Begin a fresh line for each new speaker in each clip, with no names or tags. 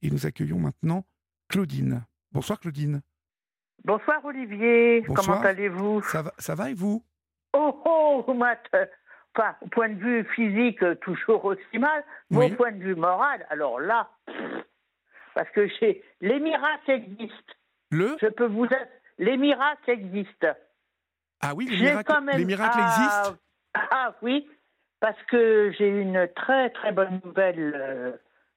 Et nous accueillons maintenant Claudine. Bonsoir Claudine.
Bonsoir Olivier,
Bonsoir.
comment allez-vous
Ça va, ça va et vous
Oh oh, vous m'êtes, euh, pas point de vue physique euh, toujours aussi mal, mais
Oui.
au point de vue moral, alors là, pff, parce que j'ai les miracles existent.
Le
Je peux vous a- les miracles existent.
Ah oui, les
J'ai
miracles,
quand même
les miracles
ah,
existent
Ah oui, parce que j'ai eu une très très bonne nouvelle euh,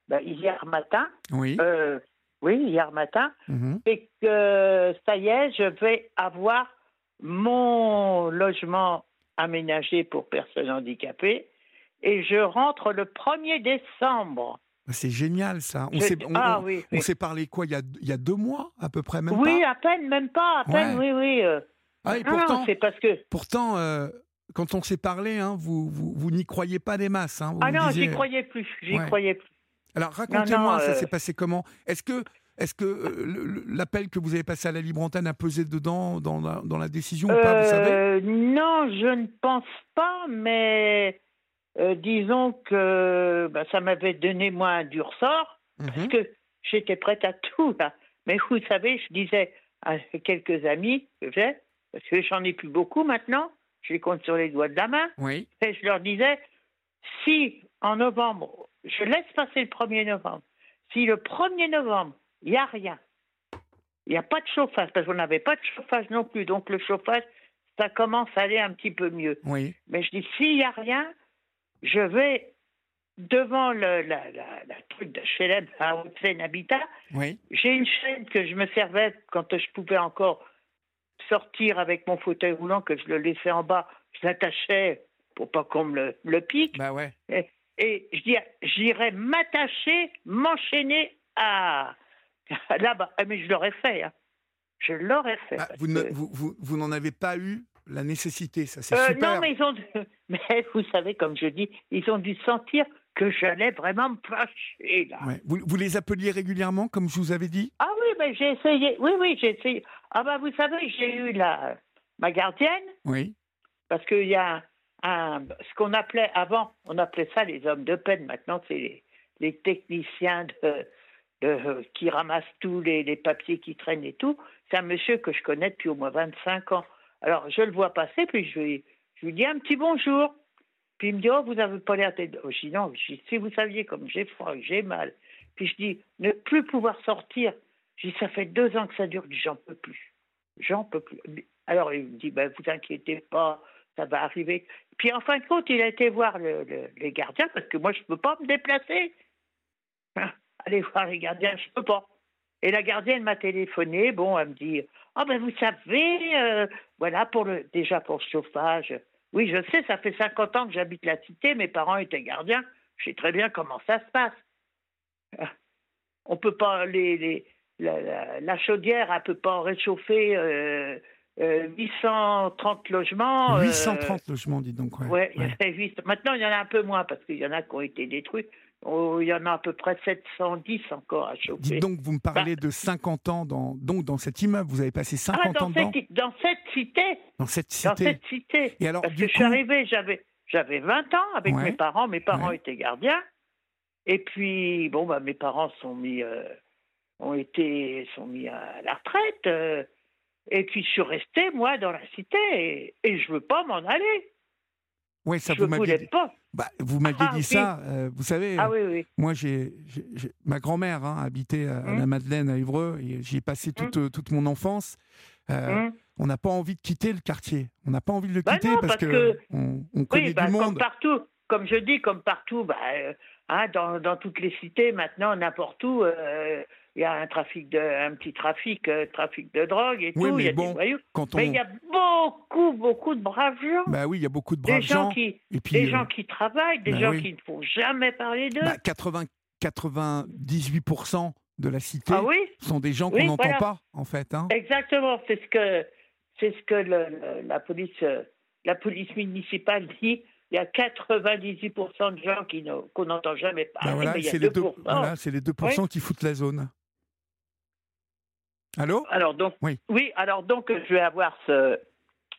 bah, hier matin.
Oui.
Euh, oui, hier matin.
Mhm.
et que ça y est, je vais avoir mon logement aménagé pour personnes handicapées et je rentre le 1er décembre.
Ah, C'est génial ça. On
Je-
s'est on-
ah
on-
oui,
on
oui.
s'est parlé quoi il y, a, il y a deux mois à peu près même
Oui,
pas.
à peine, même pas, à peine,
Ouais.
oui, oui. euh.
Ah, et
Non, non,
pourtant,
c'est parce que.
pourtant euh, quand on s'est parlé, hein, vous, vous, vous n'y croyez pas des masses. hein, vous
Ah
vous
non,
disiez-
j'y croyais plus, j'y
Ouais.
croyais plus.
Alors racontez-moi,
non,
ça
euh,
s'est passé comment Est-ce que, est que euh, le- le- l'appel que vous avez passé à la libre antenne a pesé dedans, dans la, dans la décision ou pas, vous savez
Euh, non, je ne pense pas, mais euh, disons que bah, ça m'avait donné moi un dur sort.
Mhm.
parce que j'étais prête à tout là. Mais vous savez, je disais à quelques amis que j'ai, parce que j'en ai plus beaucoup maintenant, je les compte sur les doigts de la main,
Oui.
et je leur disais, si en novembre, je laisse passer le 1er novembre, si le 1er novembre, il n'y a rien, il n'y a pas de chauffage, parce qu'on n'avait pas de chauffage non plus, donc le chauffage, ça commence à aller un petit peu mieux.
Oui.
Mais je dis, s'il n'y a rien, je vais devant le, la, la, la truc de HLM à Haute-Seine Habitat.
Oui.
J'ai une chaîne que je me servais quand je pouvais encore sortir avec mon fauteuil roulant, que je le laissais en bas, je l'attachais pour pas qu'on me le, le pique.
Bah ouais.
Et je dis, j'irais m'attacher, m'enchaîner à, à là-bas. Ah, Mais je l'aurais fait. hein. Je l'aurais fait.
Ah,
parce
vous ne-
que-
vous- vous- vous n'en avez pas eu la nécessité, ça c'est
Euh,
super.
Non, mais ils ont. dû- Mais vous savez, comme je dis, ils ont dû sentir que j'allais vraiment me fâcher, là.
Ouais. Vous, vous les appeliez régulièrement, comme je vous avais dit
Ah oui, mais j'ai essayé. Oui, oui, j'ai essayé. Ah ben, vous savez, j'ai eu la... ma gardienne,
Oui.
parce qu'il y a un... ce qu'on appelait avant, on appelait ça les hommes de peine. Maintenant, c'est les, les techniciens de... de- qui ramassent tous les... les papiers qui traînent et tout. C'est un monsieur que je connais depuis au moins 25 ans. Alors, je le vois passer, puis je lui, je lui dis un petit bonjour. Puis il me dit, oh, vous avez pas l'air d'être... Oh, je dis, non, je dis, si vous saviez comme j'ai froid, j'ai mal. Puis je dis, ne plus pouvoir sortir. Je dis, ça fait deux ans que ça dure. Je dis, j'en peux plus. J'en peux plus. Alors il me dit, ben, vous inquiétez pas, ça va arriver. Puis en fin de compte, il a été voir le- le- les gardiens, parce que moi, je ne peux pas me déplacer. Hein, Aller voir les gardiens, je ne peux pas. Et la gardienne m'a téléphoné, bon, elle me dit, ah ben vous savez, euh, voilà, pour le, déjà pour le chauffage. Oui, je sais, ça fait 50 ans que j'habite la cité, mes parents étaient gardiens, je sais très bien comment ça se passe. Euh, On peut pas, les, les- la, la- la chaudière, elle peut pas réchauffer euh, euh, 830 logements. euh,
830 logements, dites donc. ouais.
Ouais, il y en
Ouais.
avait huit. Maintenant, il y en a un peu moins parce qu'il y en a qui ont été détruits. Oh, il y en a à peu près 710 encore à chauffer.
Dites donc, vous me parlez de 50 ans, dans, donc dans cet immeuble, vous avez passé
Bah Ah,
50 ans
dans,
dedans,
cette, dans cette cité,
dans cette
dans
cité.
cette cité.
Et alors,
Parce
du
que je
coup-
suis arrivée, j'avais, j'avais 20 ans avec
Ouais.
mes parents. Mes parents
Ouais.
étaient gardiens. Et puis, bon, bah, mes parents sont mis, euh, ont été, sont mis à la retraite. euh, et puis, je suis restée, moi, dans la cité. Et, et je veux pas m'en aller.
Ouais, ça
je
vous m'aviez
voulais
dit,
pas.
Bah, vous m'aviez
Ah,
dit
oui.
ça. euh, vous savez,
Ah oui, oui.
Moi, j'ai, j'ai- j'ai- ma grand-mère hein, habitait à à
Mm.
la Madeleine, à Évreux, et j'y ai passé
Mmh.
toute, euh, toute mon enfance. Euh,
Hum.
On n'a pas envie de quitter le quartier. On n'a pas envie de le
Bah
quitter
non,
parce,
parce que-
on, on connaît
Oui, bah,
du
comme
monde.
partout, comme je dis, comme partout, bah, euh, hein, dans, dans toutes les cités, maintenant, n'importe où, euh, il y a un trafic de, un petit trafic, euh, trafic de drogue et
Oui,
tout,
mais
il y a
bon,
des voyous.
Quand on,
Mais il y a beaucoup, beaucoup de braves gens,
bah oui, il y a beaucoup de
des
braves
gens
gens.
qui,
Et puis,
des
euh,
gens qui travaillent, des
bah
gens
oui.
qui ne font jamais parler d'eux.
bah, 80 98% de la cité
ah oui,
sont des gens qu'on
Oui,
n'entend
voilà. Eh,
pas, en fait. hein.
exactement. C'est ce que, c'est ce que le- le- la police, euh, la police municipale dit. Il y a 98% de gens qui n'ont- qu'on n'entend jamais
Bah
parler.
voilà,
ah mais il y a
c'est les deux,
2%.
voilà, c'est les 2% qui foutent la zone. Allô
Alors donc,
Oui.
oui. alors donc je vais avoir ce,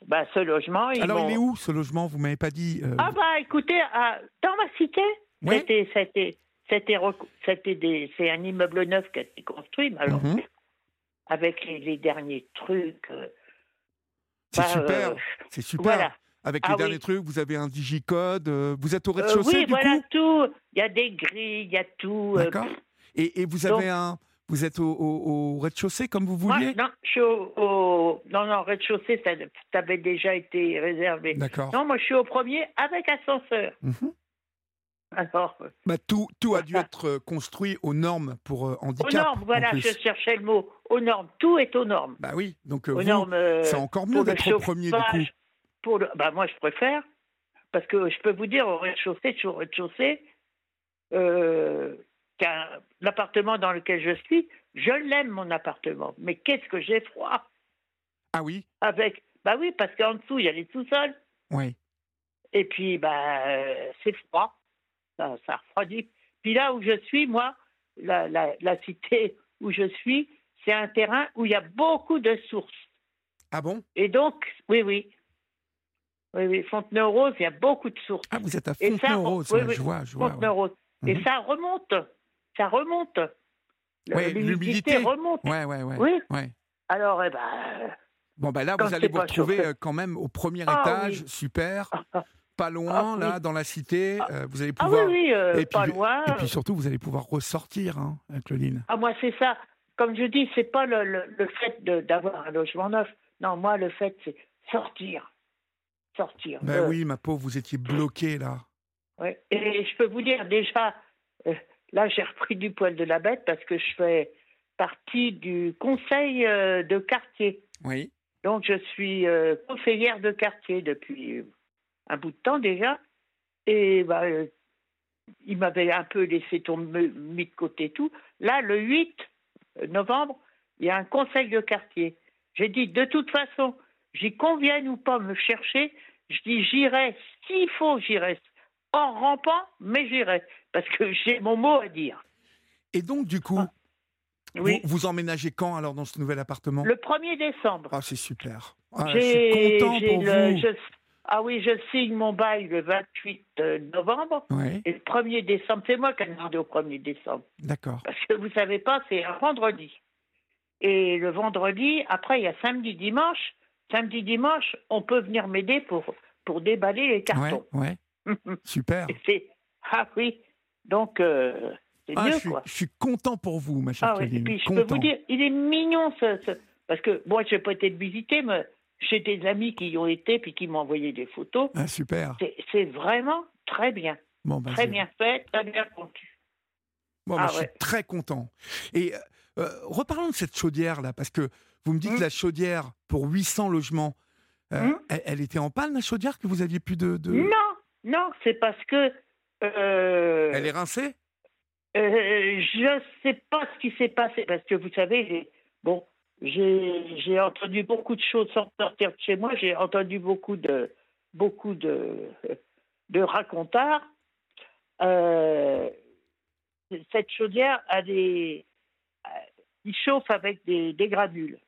bah, ce logement. Ils Ah,
Alors,
m'ont-
il est où ce logement Vous m'avez pas dit. euh,
Ah bah écoutez, à- dans ma cité,
oui
c'était, c'était, C'était rec- c'était des- c'est un immeuble neuf qui a été construit, mais alors
Mhm.
avec les, les derniers trucs. euh,
C'est
bah,
super,
euh,
c'est super.
Voilà.
Avec
Ah
les
oui.
derniers trucs, vous avez un digicode, euh, vous êtes au
Euh,
rez-de-chaussée
oui,
du
voilà
coup
tout. Il y a des grilles, il y a tout. euh,
D'accord. Et, et vous avez
donc-
un... Vous êtes au, au- au rez-de-chaussée comme vous
moi,
vouliez
non, je suis au, au- non, non, rez-de-chaussée, ça, ça avait déjà été réservé.
D'accord.
Non, moi, je suis au premier avec ascenseur.
Mhm.
Alors, euh,
Bah, tout, tout a dû être euh, construit aux normes pour euh,
aux
handicap.
normes,
en
voilà,
plus.
je cherchais le mot. Aux normes, tout est aux normes.
Bah oui, donc euh,
Aux
vous,
normes. euh,
c'est encore mieux
pour le
d'être au premier du coup.
chauffage, pour le- bah, moi, je préfère, parce que je peux vous dire, au rez-de-chaussée, je suis au rez-de-chaussée, euh, qu'un- l'appartement dans lequel je suis, je l'aime, mon appartement. Mais qu'est-ce que j'ai froid
Ah oui,
avec. Bah oui, parce qu'en dessous, il y a les sous-sols.
oui.
Et puis, bah, euh, c'est froid. Ça, ça refroidit. Puis là où je suis, moi, la, la, la cité où je suis, c'est un terrain où il y a beaucoup de sources.
Ah bon
Et donc, oui, oui. Oui, oui. Fontenay-aux-Roses, il y a beaucoup de sources.
Ah, vous êtes à
Et ça,
Fontenay-aux-Roses,
oui,
là,
oui,
je vois, je vois. ouais.
Fontenay-aux-Roses.
Mhm.
Et ça remonte. Ça remonte. Le-
Ouais, l'humidité.
remonte.
Ouais, ouais, ouais.
Oui.
ouais.
Alors, eh ben,
Bon, bah là,
Quand
vous allez
c'est
vous
pas
retrouver
chauffé.
euh, quand même au premier
Ah
étage, super, pas loin,
Ah,
là,
oui.
dans la cité. euh, vous allez
ah
pouvoir.
oui, oui, euh,
Et puis-
pas loin.
Et puis surtout, vous allez pouvoir ressortir, hein, euh, Claudine.
Ah, moi, c'est ça. Comme je dis, c'est pas le, le, le fait de- d'avoir un logement neuf. Non, moi, le fait, c'est sortir. Sortir.
Ben
Euh,
oui, ma pauvre, vous étiez bloqué, là.
ouais. Et je peux vous dire, déjà, euh, là, j'ai repris du poil de la bête parce que je fais partie du conseil euh, de quartier.
Oui.
Donc, je suis euh, conseillère de quartier depuis euh, un bout de temps déjà. Et bah, euh, il m'avait un peu laissé tomber, mis de côté tout. Là, le 8 novembre, il y a un conseil de quartier. J'ai dit, de toute façon, j'y convienne ou pas me chercher, je dis, j'irai, s'il faut, j'irai. En rampant, mais j'irai. Parce que j'ai mon mot à dire.
Et donc, du coup,
Ah, Oui.
vous, vous emménagez quand, alors, dans ce nouvel appartement
Le 1er décembre.
Ah, c'est super. Ah, je
J'ai-
suis content
j'ai
pour
le-
vous.
je- ah oui, je signe mon bail le 28 euh, novembre
Oui,
et le 1er décembre. C'est moi qui ai demandé au 1er décembre.
d'accord.
Parce que vous savez pas, c'est un vendredi. Et le vendredi, après, il y a samedi, dimanche. Samedi, dimanche, on peut venir m'aider pour, pour déballer les
Ouais,
cartons.
ouais. Super.
Et c'est- ah oui, donc euh, c'est
Ah, je
mieux,
suis,
quoi.
je suis content pour vous, ma chère
Ah oui, et
Claudine.
puis je peux
content.
vous dire, il est mignon ce. ce- Parce que moi, je n'ai pas été le visiter, mais j'ai des amis qui y ont été puis qui m'ont envoyé des photos.
Ah, super.
C'est- C'est vraiment très bien.
Bon, bah,
Très
je-
bien fait, très bien conçu.
Bon, bah,
Ah
je suis
ouais.
très content. Et euh, euh, reparlons de cette chaudière là, parce que vous me dites
Mm.
la chaudière pour 800 logements, euh,
Mm.
elle, elle était en panne la chaudière que vous aviez plus de. de-
Non, non, c'est parce que. euh,
Elle est rincée
euh, je ne sais pas ce qui s'est passé, parce que vous savez, j'ai- bon, j'ai j'ai entendu beaucoup de choses sans sortir de chez moi, j'ai entendu beaucoup de, beaucoup de, de racontards. Euh, cette chaudière a des. euh, Il chauffe avec des, des granules.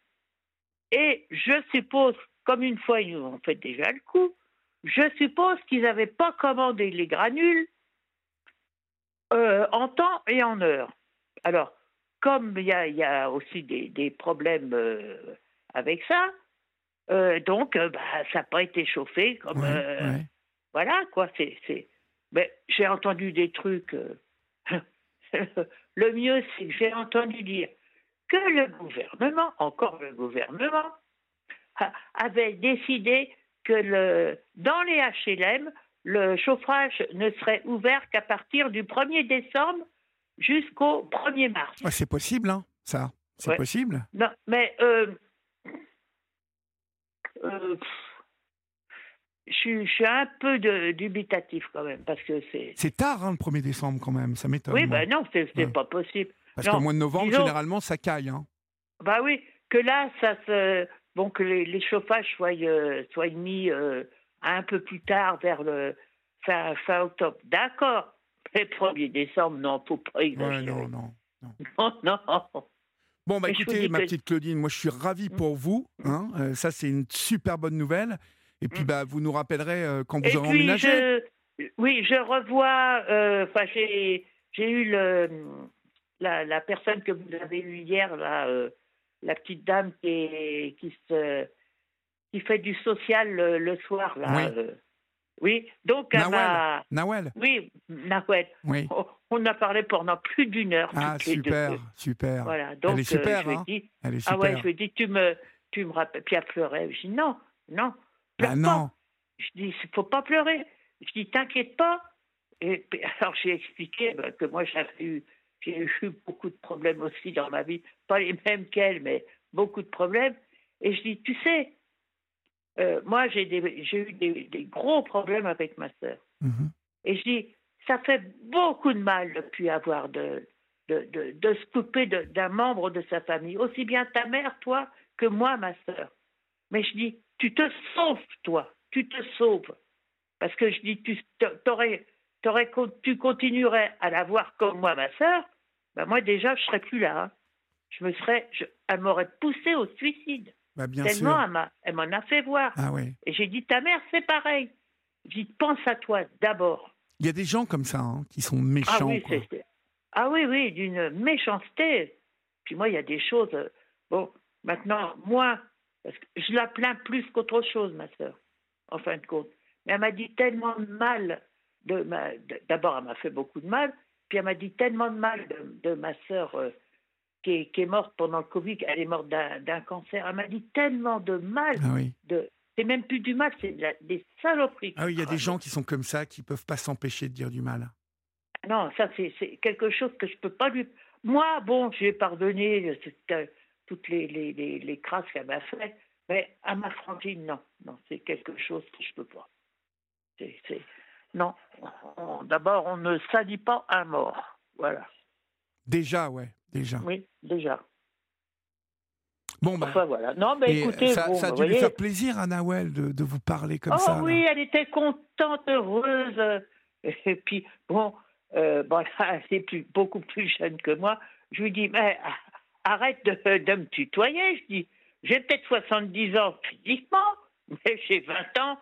Et je suppose, comme une fois ils nous ont fait déjà le coup, je suppose qu'ils n'avaient pas commandé les granules euh, en temps et en heure. Alors, comme il y a, il y a aussi des, des problèmes euh, avec ça, euh, donc euh, bah, ça n'a pas été chauffé comme.
Ouais,
euh,
ouais.
voilà, quoi, c'est... c'est- Mais j'ai entendu des trucs... euh, le mieux, c'est que j'ai entendu dire que le gouvernement, encore le gouvernement, a- avait décidé que le, dans les HLM, le chauffage ne serait ouvert qu'à partir du 1er décembre jusqu'au 1er mars.
Ouais, c'est possible, hein, ça. C'est
Ouais.
possible.
Non, mais euh, euh, pff, je suis- je suis un peu de- dubitatif quand même, parce que c'est...
C'est tard, hein, le 1er décembre quand même, ça m'étonne.
Oui,
moi.
ben non, c'est c'est
Ouais.
pas possible.
Parce
non,
qu'au mois de novembre,
disons-
généralement, ça caille. Hein.
Bah oui, que là, ça se. Bon, que les, les chauffages soient, euh, soient mis euh, un peu plus tard, vers le fin, fin octobre. D'accord. Mais 1er décembre, non, faut pas
Ouais,
exagérer.
non, non.
non, non.
Bon, bah
Mais je Mm. vous
écoutez,
dis
ma
que-
petite Claudine, moi je suis ravi pour vous. hein, euh, ça, c'est une super bonne nouvelle. Et puis,
Mm.
bah, vous nous rappellerez euh, quand vous
Et
aurez
puis,
emménagé.
je, oui, je revois. euh, Enfin, j'ai j'ai eu le, la, la personne que vous avez eue hier, là, euh, la petite dame qui, est- qui, se, qui fait du social le, le soir. Là,
Oui.
euh. oui, donc elle
Nawal.
m'a-
Nawel
Oui, Nawel.
Oui.
Oh, On a parlé pendant plus d'une heure.
Ah,
toutes les deux.
super, super.
Voilà, donc
est
euh,
super,
je lui ai
hein.
dit,
Elle est super.
ah ouais, je lui ai dit, tu me, tu me rappelles. Puis elle pleurait. Je dis, non, non. pleure
Bah
pas.
non,
Je dis, il faut pas pleurer. Je dis, t'inquiète pas. Et puis, alors j'ai expliqué bah, que moi j'avais eu, j'ai eu beaucoup de problèmes aussi dans ma vie, pas les mêmes qu'elle, mais beaucoup de problèmes. Et je dis, tu sais, euh, moi j'ai des- j'ai eu des, des gros problèmes avec ma sœur.
Mhm.
Et je dis, ça fait beaucoup de mal de plus avoir de, de, de, de se couper de- d'un membre de sa famille, aussi bien ta mère, toi, que moi, ma sœur. Mais je dis, tu te sauves, toi, tu te sauves. Parce que je dis, tu t'aurais, t'aurais con- tu continuerais à la voir comme moi, ma sœur, ben moi déjà, je serais plus là. hein. Je me serais, je- elle m'aurait poussé au suicide.
bah bien
tellement
sûr.
elle m'a- elle m'en a fait voir.
Ah ouais.
Et j'ai dit, ta mère, c'est pareil. J'ai dit, pense à toi d'abord.
Il y a des gens comme ça hein, qui sont méchants.
Ah oui,
quoi.
c'est- c'est- ah oui, oui, d'une méchanceté. Puis moi, il y a des choses. euh, Bon, maintenant, moi, parce que je la plains plus qu'autre chose, ma sœur, en fin de compte. Mais elle m'a dit tellement de mal. De ma- de- D'abord, elle m'a fait beaucoup de mal. Puis elle m'a dit tellement de mal de, de ma sœur euh, qui, est, qui est morte pendant le Covid. Elle est morte d'un d'un cancer. Elle m'a dit tellement de mal.
Ah oui.
De... C'est même plus du mal, c'est de la- des saloperies.
Ah oui, il y a
Ah,
des gens qui sont comme ça, qui peuvent pas s'empêcher de dire du mal.
Non, ça, c'est c'est quelque chose que je peux pas lui. Moi, bon, j'ai pardonné euh, cette, euh, toutes les, les, les, les crasses qu'elle m'a fait, mais à ma frangine, non. Non, c'est quelque chose que je peux pas. C'est c'est- Non. On- D'abord, on ne salit pas un mort. Voilà.
Déjà, ouais, déjà.
Oui, déjà.
Bon, bah,
Enfin, voilà. Non, mais
et
écoutez,
ça,
bon,
ça a
vous
dû lui
voyez.
faire plaisir à Nawel de, de vous parler comme
oh
ça. là.
oui, elle était contente, heureuse. Et puis, bon, euh, bon là, elle est plus, beaucoup plus jeune que moi. Je lui dis, mais a- arrête de, de me tutoyer. Je dis, j'ai peut-être 70 ans physiquement, mais j'ai 20 ans,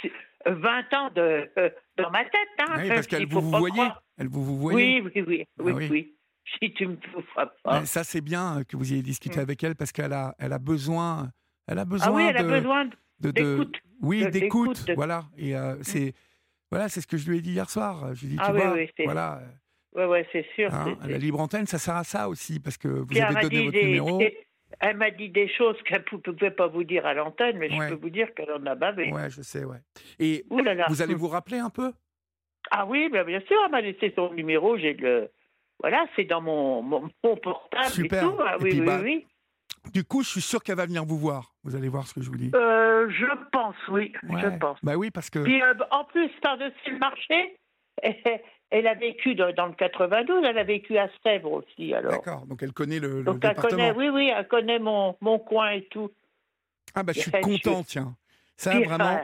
psy- 20 ans de, euh, dans ma tête. Hein.
Oui, parce
Je dis,
qu'elle
faut
vous, vous
pas
voyez.
croire.
Elle vous, vous voyez.
Oui, oui, oui,
Ah
oui,
oui.
oui, Si tu me frappes pas.
Mais ça, c'est bien euh, que vous ayez discuté
Mm.
avec elle parce qu'elle a, elle a besoin, elle a besoin
ah oui, elle a
de,
besoin de-
de- de-
d'écoute.
oui,
de-
d'écoute,
d'écoute, de-
voilà. Et euh, c'est, voilà, c'est ce que je lui ai dit hier soir. Je lui ai dit,
Ah
tu
oui,
vois,
oui, c'est-
voilà,
Ouais, ouais, c'est sûr.
hein,
c'est-
la
c'est-
libre antenne, ça sert à ça aussi parce que vous
Puis elle
avez
m'a
donné
dit
votre
des-
numéro.
des- elle m'a dit des choses qu'elle ne pouvait pas vous dire à l'antenne, mais
Ouais.
je peux vous dire qu'elle en a bavé.
Ouais, je sais, ouais. Et
Ouh là là.
vous allez vous rappeler un peu
Ah oui, ben bien sûr, elle m'a laissé son numéro, j'ai le... Voilà, c'est dans mon, mon, mon portable
Super.
et tout. Ah
Et
oui,
puis,
oui,
bah-
oui.
Du coup, je suis sûr qu'elle va venir vous voir. Vous allez voir ce que je vous dis.
Euh, je pense, oui,
Ouais.
je pense.
Bah oui, parce que.
Puis euh, en plus, par-dessus le marché, elle a vécu dans, dans le 92, elle a vécu à Sèvres aussi, alors.
D'accord, donc elle connaît le, le
Donc elle
département.
connaît, oui, oui, elle connaît mon, mon coin et tout.
Ah bah je suis
Je-
content, tiens. Ça,
Puis,
vraiment,
euh,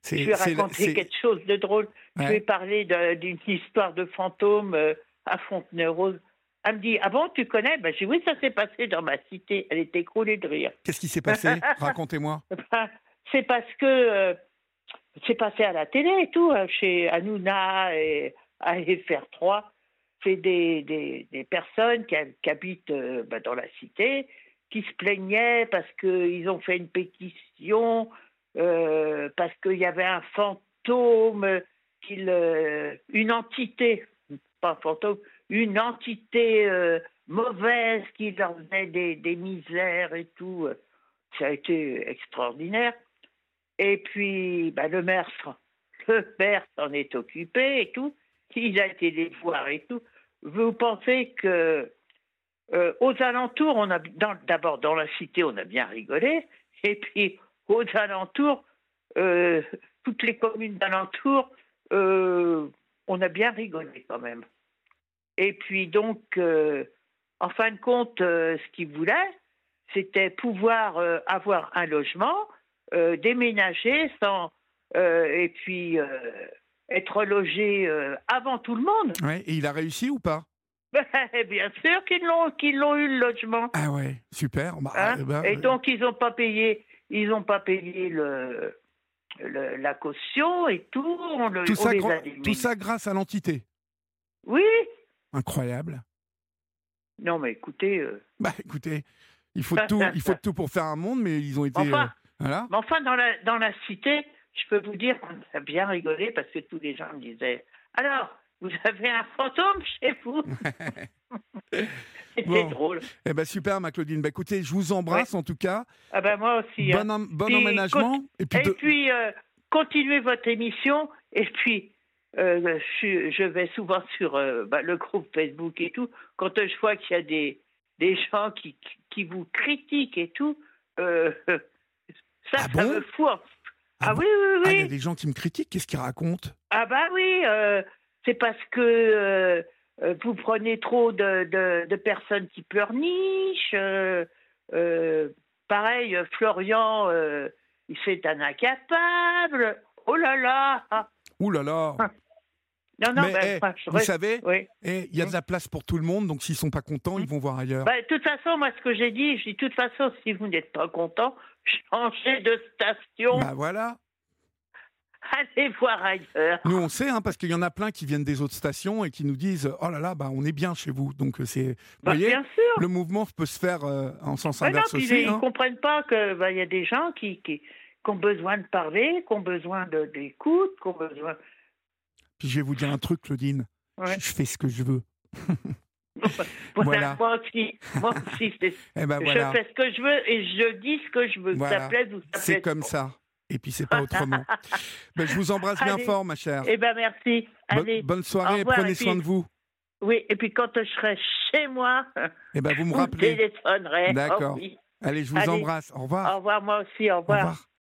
c'est.
je lui ai
c'est-
raconté
c'est-
quelque chose de drôle. Je lui ai
ouais.
parlé de- d'une histoire de fantôme euh, à Fontenay-Rose. Elle me dit Ah bon, tu connais ben, Je dis Oui, ça s'est passé dans ma cité. Elle était écroulée de rire.
Qu'est-ce qui s'est passé Racontez-moi.
Ben, c'est parce que euh, c'est passé à la télé et tout, hein, chez Hanouna et à FR3. C'est des, des, des personnes qui, hab- qui habitent euh, ben, dans la cité qui se plaignaient parce qu'ils ont fait une pétition, euh, parce qu'il y avait un fantôme, qu'il, euh, une entité, pas un fantôme, une entité euh, mauvaise qui leur faisait des, des misères et tout. euh. Ça a été extraordinaire. Et puis, bah, le maire, s'en- le maire s'en est occupé et tout. Il a été les voir et tout. Vous pensez que euh, aux alentours, on a dans- d'abord dans la cité, on a bien rigolé, et puis aux alentours, euh, toutes les communes d'alentour, euh, on a bien rigolé quand même. Et puis donc, euh, en fin de compte, euh, ce qu'ils voulaient, c'était pouvoir euh, avoir un logement, euh, déménager sans, euh, et puis euh, être logé euh, avant tout le monde.
Ouais, et il a réussi ou pas
Ben, bien sûr qu'ils l'ont qu'ils l'ont eu le logement.
Ah ouais, super. Bah,
hein.
eh ben,
Et donc ils n'ont pas payé ils n'ont pas payé le, le- la caution et tout. On le,
euh, tout
on
ça,
les
gra-
a démis.
tout ça grâce à l'entité.
Oui
Incroyable.
Non, mais écoutez. euh,
Bah écoutez, il faut de tout, il faut de tout pour faire un monde, mais ils ont été.
Enfin.
euh, voilà.
Mais enfin, dans la, dans la cité, je peux vous dire qu'on a bien rigolé parce que tous les gens me disaient Alors, vous avez un fantôme chez vous C'était
Bon.
drôle.
Eh ben super, ma Claudine. Bah écoutez, je vous embrasse en tout cas.
Ah ben moi aussi. hein.
Bon, em- bon
Puis,
emménagement. Et puis,
Et
de-
puis, euh, continuez votre émission. Et puis, euh, je, suis- je vais souvent sur euh, bah, le groupe Facebook et tout. Quand euh, je vois qu'il y a des, des gens qui, qui vous critiquent et tout, euh, ça,
Ah
ça
bon
me fourre.
Ah
Ah,
bon
oui, oui, oui.
Ah, il y a des gens qui me critiquent. Qu'est-ce qu'ils racontent
Ah bah oui, euh, c'est parce que euh, euh, vous prenez trop de, de- de personnes qui pleurnichent. euh, euh, pareil, euh, Florian, euh, il c'est un incapable. Oh là là ah.
Ouh là là
Non, non,
Mais,
bah,
eh,
enfin, je
Vous
reste-
savez,
oui.
eh, il y a de la place pour tout le monde, donc s'ils sont pas contents, ils vont voir ailleurs.
Bah, de toute façon, moi, ce que j'ai dit, je dis, de toute façon, si vous n'êtes pas content, changez de station,
Bah voilà Bah.
allez voir ailleurs.
Nous on sait, hein, parce qu'il y en a plein qui viennent des autres stations et qui nous disent « Oh là là, bah, on est bien chez vous ». Donc euh, c'est... Vous
Bah,
voyez,
bien sûr.
le mouvement peut se faire euh, en sens
Ouais, non,
inverse
puis
aussi.
les- ils
hein.
ne comprennent pas qu'il y a des gens qui, qui, qui ont besoin de parler, qui ont besoin de- d'écoute, qui ont besoin.
Puis je vais vous dire un truc, Claudine.
Ouais.
Je- Je fais ce que je veux. Voilà.
Voilà, Moi aussi, moi aussi, c'est-
Eh ben voilà,
je fais ce que je veux et je dis ce que je veux, que
Voilà.
ça plaise ou que ça plaise.
c'est comme ça. Et puis c'est pas autrement. Ben, je vous embrasse bien
Allez.
fort, ma chère.
Eh bien, merci.
Bo-
Allez,
bonne
au
soirée,
revoir,
prenez
et puis-
soin de vous.
oui, et puis quand je serai chez moi,
Et ben vous me
vous me
rappelez.
téléphonerez. Oh
D'accord.
oui.
Allez, je vous
Allez.
embrasse. Au revoir.
Au revoir, moi aussi, au
Au
revoir.
revoir.